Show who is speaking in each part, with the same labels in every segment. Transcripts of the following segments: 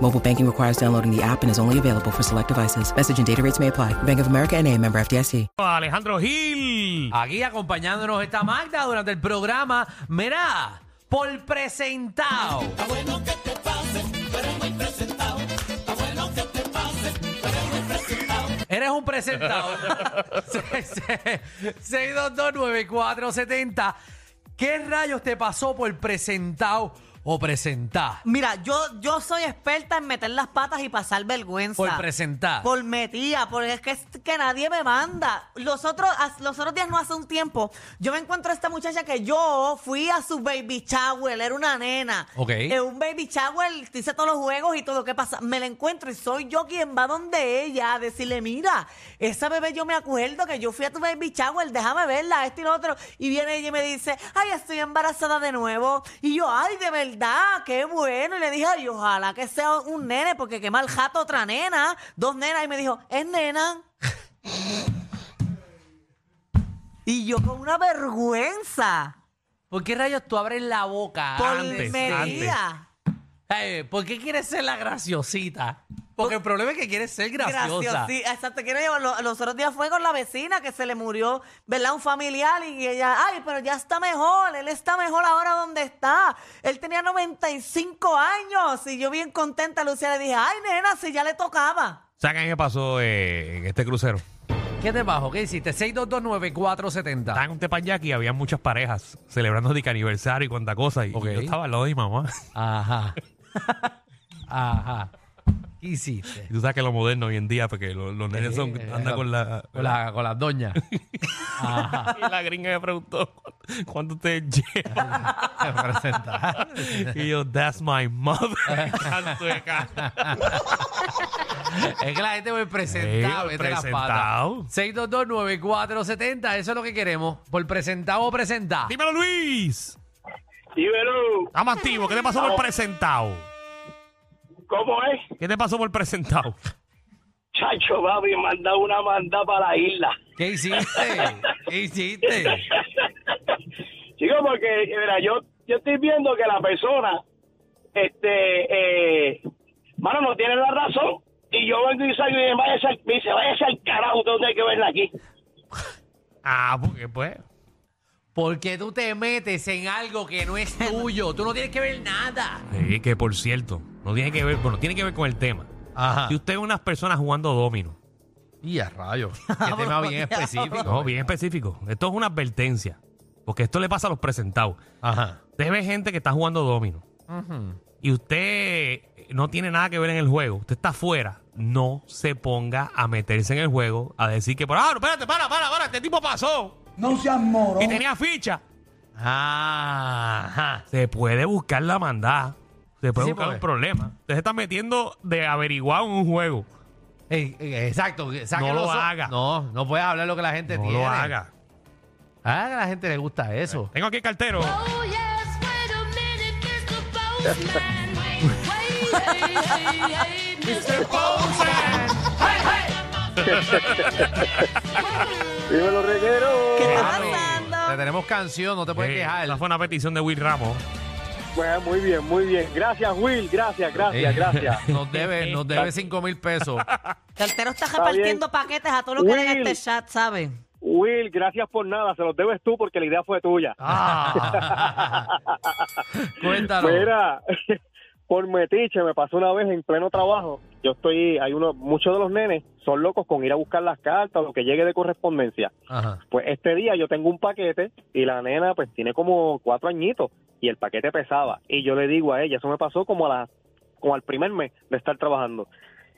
Speaker 1: Mobile banking requires downloading the app and is only available for select devices. Message and data rates may apply. Bank of America and a member FDIC.
Speaker 2: Alejandro Gil.
Speaker 3: Aquí acompañándonos está Magda durante el programa. Mirá, por presentado. Eres un presentado. Se- se- 6229470. ¿Qué rayos te pasó por presentado o presentar?
Speaker 4: Mira, yo, yo soy experta en meter las patas y pasar vergüenza.
Speaker 3: Por presentar.
Speaker 4: Por metida, porque es que, es que nadie me manda. Los otros, as- los otros días, no hace un tiempo, yo me encuentro a esta muchacha que yo fui a su baby shower, era una nena.
Speaker 3: Ok.
Speaker 4: Eh, un baby shower, hice todos los juegos y todo, ¿qué pasa? Me la encuentro y soy yo quien va donde ella a decirle, mira, esa bebé yo me acuerdo que yo fui a tu baby shower, déjame verla, este y lo otro. Y viene ella y me dice, ay, estoy embarazada de nuevo. Y yo, ay, de verdad, qué bueno. Y le dije, ay, ojalá que sea un nene, porque qué mal jato otra nena, dos nenas. Y me dijo, es nena. y yo con una vergüenza.
Speaker 3: ¿Por qué rayos tú abres la boca
Speaker 4: Por
Speaker 3: antes?
Speaker 4: medida.
Speaker 3: Eh, ¿Por qué quieres ser la graciosita? Porque el problema es que quieres ser graciosa.
Speaker 4: Graciosa. Sí, exacto. Quiero llevar- lo- Los otros días fue con la vecina que se le murió, ¿verdad? Un familiar y ella, ay, pero ya está mejor, él está mejor ahora donde está. Él tenía 95 años y yo bien contenta, Lucía, le dije, ay, nena, si ya le tocaba.
Speaker 2: ¿Sabes qué me pasó eh, en este crucero?
Speaker 3: ¿Qué te bajó? ¿Qué hiciste? 6229470.
Speaker 2: Estaban en un Teppanyaki y había muchas parejas celebrando de que aniversario y cuanta cosa. Y
Speaker 3: Ok.
Speaker 2: yo estaba al lado de mi mamá.
Speaker 3: Ajá. Ajá. ¿Qué hiciste?
Speaker 2: Y tú sabes que lo moderno hoy en día, porque lo- los nenes son,
Speaker 3: Eh,
Speaker 2: andan con la...
Speaker 3: Con, la, con las doñas. Ajá.
Speaker 2: Y la gringa me preguntó, "¿Cu- ¿cuánto ustedes llevan?
Speaker 3: Presentar.
Speaker 2: Y yo, that's my mother. Canto de cara.
Speaker 3: Es que la gente me
Speaker 2: Sí,
Speaker 3: presentaba,
Speaker 2: voy
Speaker 3: vete las
Speaker 2: presentado.
Speaker 3: patas. 6229470, eso es lo que queremos. Por presentado o presentar.
Speaker 2: Dímelo, Luis.
Speaker 5: Dímelo,
Speaker 2: Estamos activos. ¿Qué te pasó por presentado?
Speaker 5: ¿cómo es?
Speaker 2: ¿Qué te pasó por presentado?
Speaker 5: Chacho, papi, manda una manda para la isla.
Speaker 3: ¿Qué hiciste? ¿Qué hiciste?
Speaker 5: Chico, porque, mira, yo, yo estoy viendo que la persona, este, eh, mano, no tiene la razón. Y yo vengo y salgo y me váyase al- me dice, váyase al carajo, usted no tiene que verla aquí.
Speaker 2: Ah, porque pues...
Speaker 3: Porque tú te metes en algo que no es tuyo. Tú no tienes que ver nada.
Speaker 2: Sí, que por cierto, no tiene que ver, bueno, tiene que ver con el tema.
Speaker 3: Ajá.
Speaker 2: Si usted es unas personas jugando domino,
Speaker 3: Y a rayos. Qué tema bien específico.
Speaker 2: no, bien específico, esto es una advertencia, porque esto le pasa a los presentados.
Speaker 3: Ajá.
Speaker 2: Usted ve gente que está jugando domino y usted no tiene nada que ver en el juego, usted está afuera, no se ponga a meterse en el juego, a decir que, ah, no, espérate, para, para, para, este tipo pasó
Speaker 6: No seas moro.
Speaker 2: y tenía ficha.
Speaker 3: Ajá.
Speaker 2: Se puede buscar la mandada, se puede
Speaker 3: Sí,
Speaker 2: buscar
Speaker 3: porque-
Speaker 2: un problema. Usted se está metiendo de averiguar en un juego.
Speaker 3: Ey, ey, exacto. que saque
Speaker 2: No
Speaker 3: los
Speaker 2: lo
Speaker 3: ojos.
Speaker 2: haga.
Speaker 3: No, no puedes hablar lo que la gente
Speaker 2: No
Speaker 3: tiene.
Speaker 2: lo haga.
Speaker 3: Ah, que a la gente le gusta eso.
Speaker 2: Tengo aquí el cartero.
Speaker 7: Oh yes, wait a minute, Mr. Postman. Wait, wait, hey, hey, hey, Mr.
Speaker 5: Dímelo, reguero.
Speaker 4: ¿Qué está
Speaker 3: Mami, Te
Speaker 4: pasando?
Speaker 3: tenemos canción, no te puedes
Speaker 2: Eh,
Speaker 3: quejar.
Speaker 2: esa fue una petición de Will Ramos.
Speaker 5: Bueno, Pues, muy bien, muy bien. Gracias, Will. Gracias,
Speaker 3: Eh,
Speaker 5: gracias, gracias.
Speaker 3: Nos debe, nos debe 5 mil pesos.
Speaker 4: Cartero está repartiendo paquetes a todos los que hay en
Speaker 5: Will.
Speaker 4: este chat, ¿saben?
Speaker 5: Will, gracias por nada. Se los debes tú porque la idea fue tuya.
Speaker 3: Ah. Cuéntalo.
Speaker 5: Mira,
Speaker 6: Por metiche me pasó una vez en pleno trabajo. Yo estoy, hay uno, muchos de los nenes son locos con ir a buscar las cartas, lo que llegue de correspondencia.
Speaker 3: Ajá.
Speaker 6: Pues este día yo tengo un paquete y la nena pues tiene como cuatro añitos y el paquete pesaba. Y yo le digo a ella, eso me pasó como a la, como al primer mes de estar trabajando.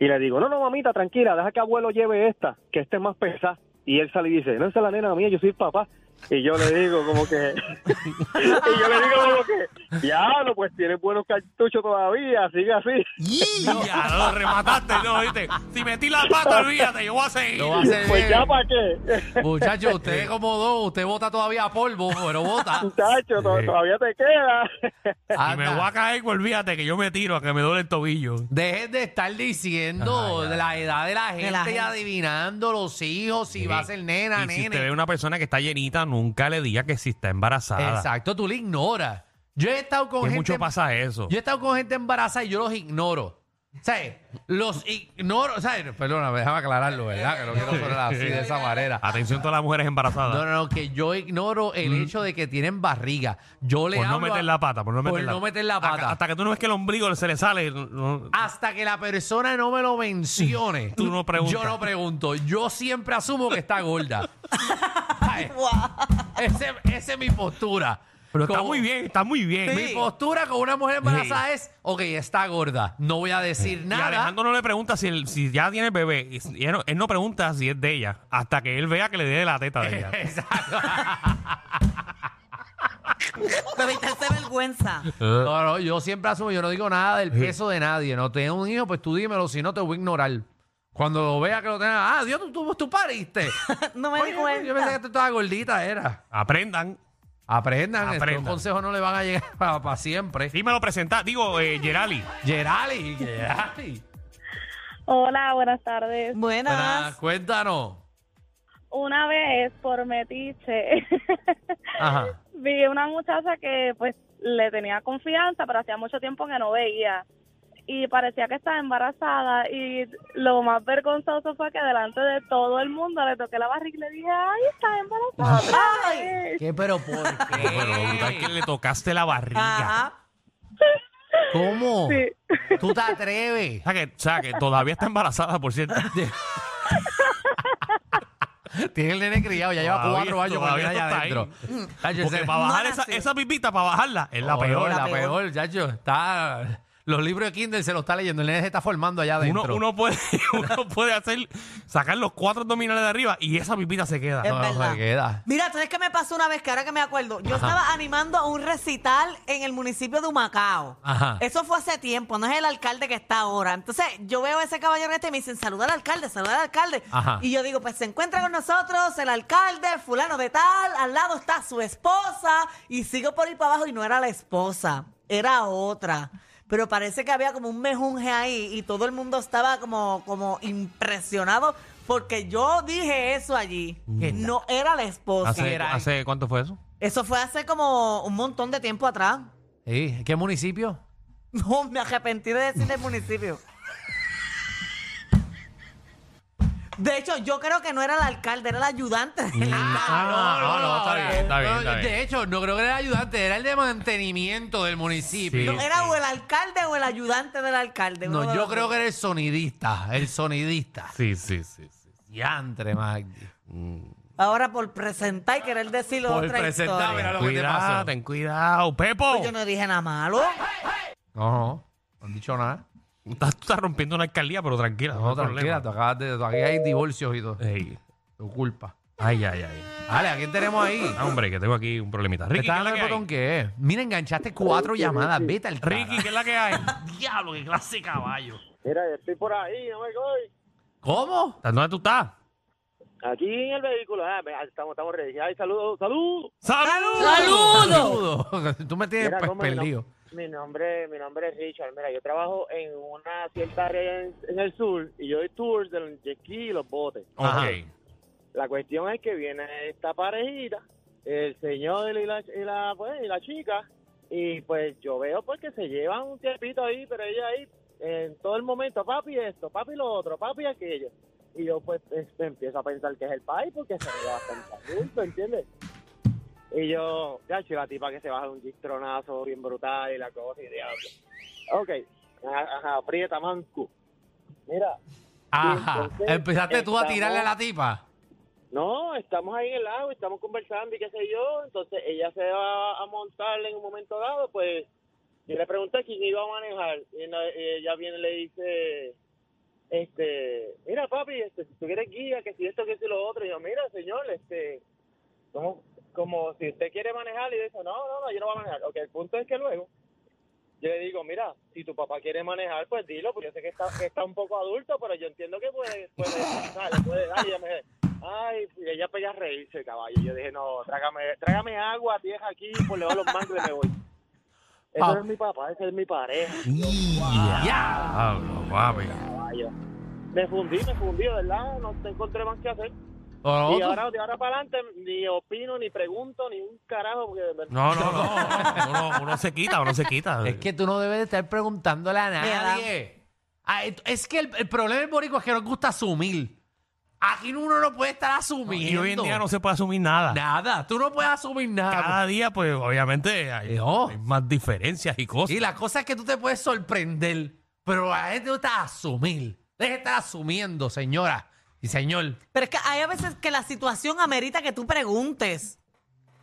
Speaker 6: Y le digo, no, no, mamita, tranquila, deja que abuelo lleve esta, que esta es más pesada. Y él sale y dice, no, esa es la nena mía, yo soy el papá. Y yo le digo como que, y yo le digo como que, diablo, pues tienes buenos cartuchos todavía, sigue así.
Speaker 2: Ya, lo remataste, no, viste. Si metí la pata, olvídate, yo voy a seguir.
Speaker 3: Lo va a hacer
Speaker 6: Pues ya
Speaker 3: bien.
Speaker 6: para qué.
Speaker 3: Muchachos, usted es como dos, usted vota todavía polvo, pero vota.
Speaker 6: Muchacho, to-
Speaker 2: Sí.
Speaker 6: todavía te queda.
Speaker 2: Y me
Speaker 3: Anda.
Speaker 2: voy a caer, olvídate, que yo me tiro a que me duele el tobillo.
Speaker 3: Dejen de estar diciendo
Speaker 2: Ajá, ya.
Speaker 3: de la edad de la gente,
Speaker 4: la
Speaker 3: y
Speaker 4: gente.
Speaker 3: adivinando los hijos, si
Speaker 2: Sí.
Speaker 3: va a ser nena,
Speaker 2: y
Speaker 3: nene.
Speaker 2: si te ve una persona que está llenita, nunca le diga que si está embarazada.
Speaker 3: Exacto, tú le ignoras. Yo he estado con
Speaker 2: Que
Speaker 3: gente. em-
Speaker 2: mucho pasa eso.
Speaker 3: Yo he estado con gente embarazada y yo los ignoro. ¿Sabes? Los ignoro. ¿Sabes? Perdóname, déjame aclararlo, ¿verdad? Que no quiero sonar así de esa manera.
Speaker 2: Atención todas las mujeres embarazadas.
Speaker 3: No, no, no, que yo ignoro el hecho de que tienen barriga. Yo le
Speaker 2: Mm. por no
Speaker 3: hablo a-
Speaker 2: meter la pata, por no meter,
Speaker 3: por
Speaker 2: la,
Speaker 3: no meter la
Speaker 2: Hasta-
Speaker 3: pata.
Speaker 2: Hasta que tú no ves que el ombligo se le sale. no- no-
Speaker 3: Hasta que la persona no me lo mencione.
Speaker 2: Tú no preguntas.
Speaker 3: Yo no pregunto. Yo siempre asumo que está gorda. Ay, Ese- Esa es mi postura.
Speaker 2: pero está
Speaker 3: Como-
Speaker 2: muy bien, está muy bien.
Speaker 3: Mi postura con una mujer embarazada es, ok, está gorda. No voy a decir
Speaker 2: Y
Speaker 3: nada.
Speaker 2: Alejandro no le pregunta si, el- si ya tiene el bebé. Y si- y él, no, él no pregunta si es de ella hasta que él vea que le dé la teta de ella.
Speaker 3: Exacto.
Speaker 4: Para evitarse vergüenza.
Speaker 2: Eh,
Speaker 3: No, no, yo siempre asumo, yo no digo nada del peso de nadie. No tengo un hijo, pues tú dímelo, si no te voy a ignorar. Cuando lo vea que lo tenga, ah, Dios, tú, tú, tú pariste.
Speaker 4: No me di
Speaker 3: Oye, Yo pensé que
Speaker 4: cuenta.
Speaker 3: tú estabas gordita, era.
Speaker 2: Aprendan.
Speaker 3: Aprendan, estos
Speaker 2: Aprendan.
Speaker 3: consejos no le van a llegar para, siempre.
Speaker 2: Sí me lo presenta. Digo, eh, Gerali.
Speaker 3: Gerali, Gerali. Pues
Speaker 8: Hola, buenas tardes.
Speaker 3: Buenas,
Speaker 4: Buenas.
Speaker 3: cuéntanos.
Speaker 8: Una vez por metiche
Speaker 3: Ajá.
Speaker 8: vi una muchacha que pues le tenía confianza, pero hacía mucho tiempo que no veía y parecía que estaba embarazada y lo más vergonzoso fue que delante de todo el mundo le toqué la barriga y le dije, ay, estás embarazada. otra vez".
Speaker 3: ¿Qué, pero por
Speaker 2: No, pero lo brutal es que le tocaste la barriga.
Speaker 4: Ajá.
Speaker 3: ¿Cómo?
Speaker 8: Sí.
Speaker 3: ¿Tú te atreves?
Speaker 2: O sea, que, o sea, que todavía está embarazada, por cierto.
Speaker 3: Tiene el nene criado, ya lleva
Speaker 2: Todavía-
Speaker 3: cuatro años con el
Speaker 2: todavía
Speaker 3: nene allá
Speaker 2: esto
Speaker 3: adentro.
Speaker 2: está
Speaker 3: Chacho,
Speaker 2: Porque
Speaker 3: ese-
Speaker 2: para bajar
Speaker 4: No
Speaker 2: esa,
Speaker 4: nació.
Speaker 2: esa pipita, para bajarla, es la
Speaker 3: Oh,
Speaker 2: peor.
Speaker 3: Mm. La,
Speaker 4: la peor.
Speaker 3: peor, chacho. Está... Los libros de Kindle se los está leyendo, el nene se está formando allá
Speaker 2: Uno,
Speaker 3: adentro.
Speaker 2: uno puede, uno puede hacer, sacar los cuatro abdominales de arriba y esa pipita se queda.
Speaker 4: Es
Speaker 3: No, no,
Speaker 4: verdad.
Speaker 3: se queda.
Speaker 4: Mira, ¿sabes qué me pasó una vez que ahora que me acuerdo? Yo estaba animando a un recital en el municipio de Humacao.
Speaker 3: Ajá.
Speaker 4: Eso fue hace tiempo, no es el alcalde que está ahora. Entonces, yo veo a ese caballero este y me dicen, saluda al alcalde, saluda al alcalde.
Speaker 3: Ajá.
Speaker 4: Y yo digo, pues se encuentra con nosotros el alcalde, fulano de tal, al lado está su esposa. Y sigo por ahí para abajo y no era la esposa, era otra. Pero parece que había como un mejunje ahí y todo el mundo estaba como, como impresionado porque yo dije eso allí.
Speaker 3: ¿Qué tal?
Speaker 4: No era la esposa.
Speaker 2: ¿Hace,
Speaker 3: Mm. Era-
Speaker 2: hace- cuánto fue eso?
Speaker 4: Eso fue hace como un montón de tiempo atrás.
Speaker 3: Sí, ¿Qué municipio?
Speaker 4: No, me arrepentí de decir el municipio. De hecho, yo creo que no era el alcalde, era el ayudante.
Speaker 3: Mm,
Speaker 4: del alcalde.
Speaker 2: Ah, no, no, está bien, está bien,
Speaker 3: No,
Speaker 2: está bien.
Speaker 3: De hecho, no creo que era el ayudante, era el de mantenimiento del municipio.
Speaker 2: Sí.
Speaker 4: Era o el alcalde o el ayudante del alcalde. uno
Speaker 3: No,
Speaker 4: de
Speaker 3: yo
Speaker 4: los
Speaker 3: creo
Speaker 4: dos.
Speaker 3: que era el sonidista, el sonidista.
Speaker 2: Sí, sí, sí. sí.
Speaker 3: Diantre, Magdi.
Speaker 4: Ahora por presentar y querer decir
Speaker 3: Por
Speaker 4: otra
Speaker 3: presentar,
Speaker 4: historia. pues
Speaker 3: mira. Era lo que te
Speaker 2: Cuidado,
Speaker 3: pasó.
Speaker 2: ten cuidado. Pepo,
Speaker 4: Yo no dije nada malo.
Speaker 3: No, no, no han dicho nada.
Speaker 2: estás, tú estás rompiendo una alcaldía, pero tranquila.
Speaker 3: No,
Speaker 2: hay
Speaker 3: tranquila, tú
Speaker 2: problema.
Speaker 3: acabas de. tú- Aquí hay divorcios y todo.
Speaker 2: Ey.
Speaker 3: Tu culpa.
Speaker 2: Ay, ay, ay.
Speaker 3: Dale, ¿a quién tenemos ahí?
Speaker 2: Ah, hombre, que tengo aquí un problemita. Ricky, ¿qué
Speaker 3: ¿Estás
Speaker 2: es la
Speaker 3: dando
Speaker 2: que
Speaker 3: el botón
Speaker 2: hay?
Speaker 3: que es? Mira, enganchaste cuatro llamadas. Vete al cara.
Speaker 2: Ricky, ¿qué es la que hay? Diablo, qué clase de caballo.
Speaker 6: Mira, yo estoy por ahí, no me voy.
Speaker 3: ¿Cómo?
Speaker 2: ¿Dónde tú estás?
Speaker 6: Aquí en el vehículo, ah, ve, estamos, estamos ready. Ay, saludos, saludos.
Speaker 2: ¡Salud!
Speaker 3: ¡Saludo! Tú me
Speaker 2: Eh,
Speaker 3: tienes
Speaker 6: Mira,
Speaker 3: pues,
Speaker 6: Gómez,
Speaker 3: perdido.
Speaker 6: no- Mi nombre, mi nombre es Richard. Mira, yo trabajo en una cierta área en, en el sur y yo doy tours de los jet ski y los botes.
Speaker 2: Ok.
Speaker 6: La cuestión es que viene esta parejita, el señor y la, y la, pues, y la chica, y pues yo veo porque se llevan un tiempito ahí, pero ella ahí en todo el momento, papi esto, papi lo otro, papi aquello. Y yo pues es- empiezo a pensar que es el país porque se me va a pensar, ¿entiendes? Y yo, ya, y la tipa que se baja de un gistronazo bien brutal y la cosa y diablo. Ok, a- ajá, aprieta, manco. Mira,
Speaker 3: Ajá.
Speaker 6: entonces,
Speaker 3: Empezaste tú a
Speaker 6: estamos-
Speaker 3: tirarle a la tipa.
Speaker 6: no, estamos ahí en el lago, estamos conversando y qué sé yo. Entonces ella se va a montar en un momento dado, pues yo le pregunté quién iba a manejar. Y no- y ella viene y le dice, este, mira papi, este, si tú quieres guía, que si esto, que si lo otro. Y yo, mira señor, este, como, como si usted quiere manejar. Y dice, no, no, no, yo no voy a manejar. Ok, el punto es que luego yo le digo, mira, si tu papá quiere manejar, pues dilo, porque yo sé que está, que está un poco adulto, pero yo entiendo que puede, puede, dale, puede, dar. Y ella me dice, ay, y ella pega a reírse, caballo. Yo dije, no, trágame, trágame agua, vieja aquí, por debajo de los mangos y me voy. Ese
Speaker 3: Ah.
Speaker 6: no es mi papá, ese es mi pareja,
Speaker 3: Diablo, papi.
Speaker 6: caballo. Me fundí, me fundí, de ¿verdad? No te encontré más que hacer.
Speaker 3: O lo
Speaker 6: Y
Speaker 3: otro.
Speaker 6: ahora, de ahora para adelante, ni opino, ni pregunto, ni un carajo, porque de verdad-
Speaker 2: No, no, no. Uno, uno se quita, uno se quita.
Speaker 3: Es que tú no debes de estar preguntándole a
Speaker 4: Mira.
Speaker 3: nadie. Ah, et- Es que el, el problema del borico es que nos gusta asumir. Aquí uno no puede estar asumiendo.
Speaker 2: y hoy en día no se puede asumir nada.
Speaker 3: Nada, tú no puedes asumir nada.
Speaker 2: Cada día, pues, obviamente, hay,
Speaker 3: No.
Speaker 2: hay más diferencias y cosas.
Speaker 3: Y la cosa es que tú te puedes sorprender, pero la gente no está a asumir. Deja de estar asumiendo, señora y señor.
Speaker 4: Pero es que hay a veces que la situación amerita que tú preguntes.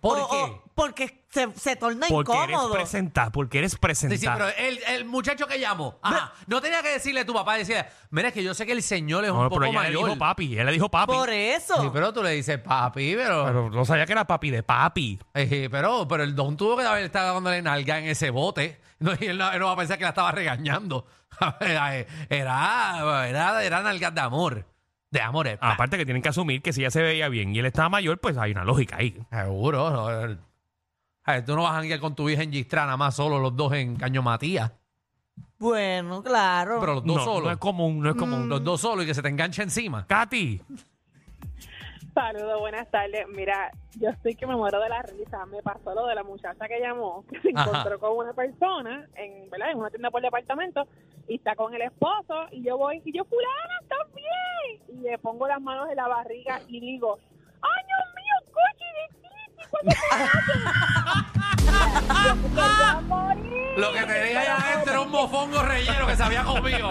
Speaker 3: ¿Por
Speaker 2: Oh,
Speaker 4: O-
Speaker 3: qué?
Speaker 4: o- porque se, se torna
Speaker 2: porque eres
Speaker 4: incómodo.
Speaker 2: presentar, porque eres presentar.
Speaker 3: Sí, sí, pero el, el muchacho que llamó, ajá, no tenía que decirle a tu papá, decía, mira, es que yo sé que el señor es
Speaker 2: No,
Speaker 3: un
Speaker 2: pero
Speaker 3: poco
Speaker 2: ella le
Speaker 3: mayor.
Speaker 2: dijo papi, ella le dijo papi.
Speaker 4: Por eso.
Speaker 3: Sí, pero tú le dices, papi,
Speaker 2: Pero no sabía que era papi de papi.
Speaker 3: Eh, pero, pero el don tuvo que haber estado dándole nalga en ese bote. No, y él, no, él no va a pensar que la estaba regañando. era, era, era nalgas de amor. De amor. eh, pa.
Speaker 2: Aparte que tienen que asumir que si ella se veía bien y él estaba mayor, pues hay una lógica ahí.
Speaker 3: Seguro. no, el- a ver, tú no vas a janguear con tu hija en Gistrana nada más solo los dos en Caño Matías.
Speaker 4: Bueno, claro.
Speaker 3: Pero los dos
Speaker 2: no,
Speaker 3: solos. Mm.
Speaker 2: no es común, no es común.
Speaker 3: Los dos solos y que se te enganche encima.
Speaker 2: Katy,
Speaker 8: Saludos, buenas tardes. Mira, yo estoy que me muero de la risa. Me pasó lo de la muchacha que llamó, que se
Speaker 3: Ajá.
Speaker 8: encontró con una persona en, ¿verdad? en una tienda por departamento y está con el esposo y yo voy y yo, fulana, ¿estás bien? Y le pongo las manos en la barriga y digo, ¡ay, Dios mío, coche de titi! ¿Cuándo te vas a morir?
Speaker 3: Lo que te dije allá adentro era un mofongo relleno que se había comido.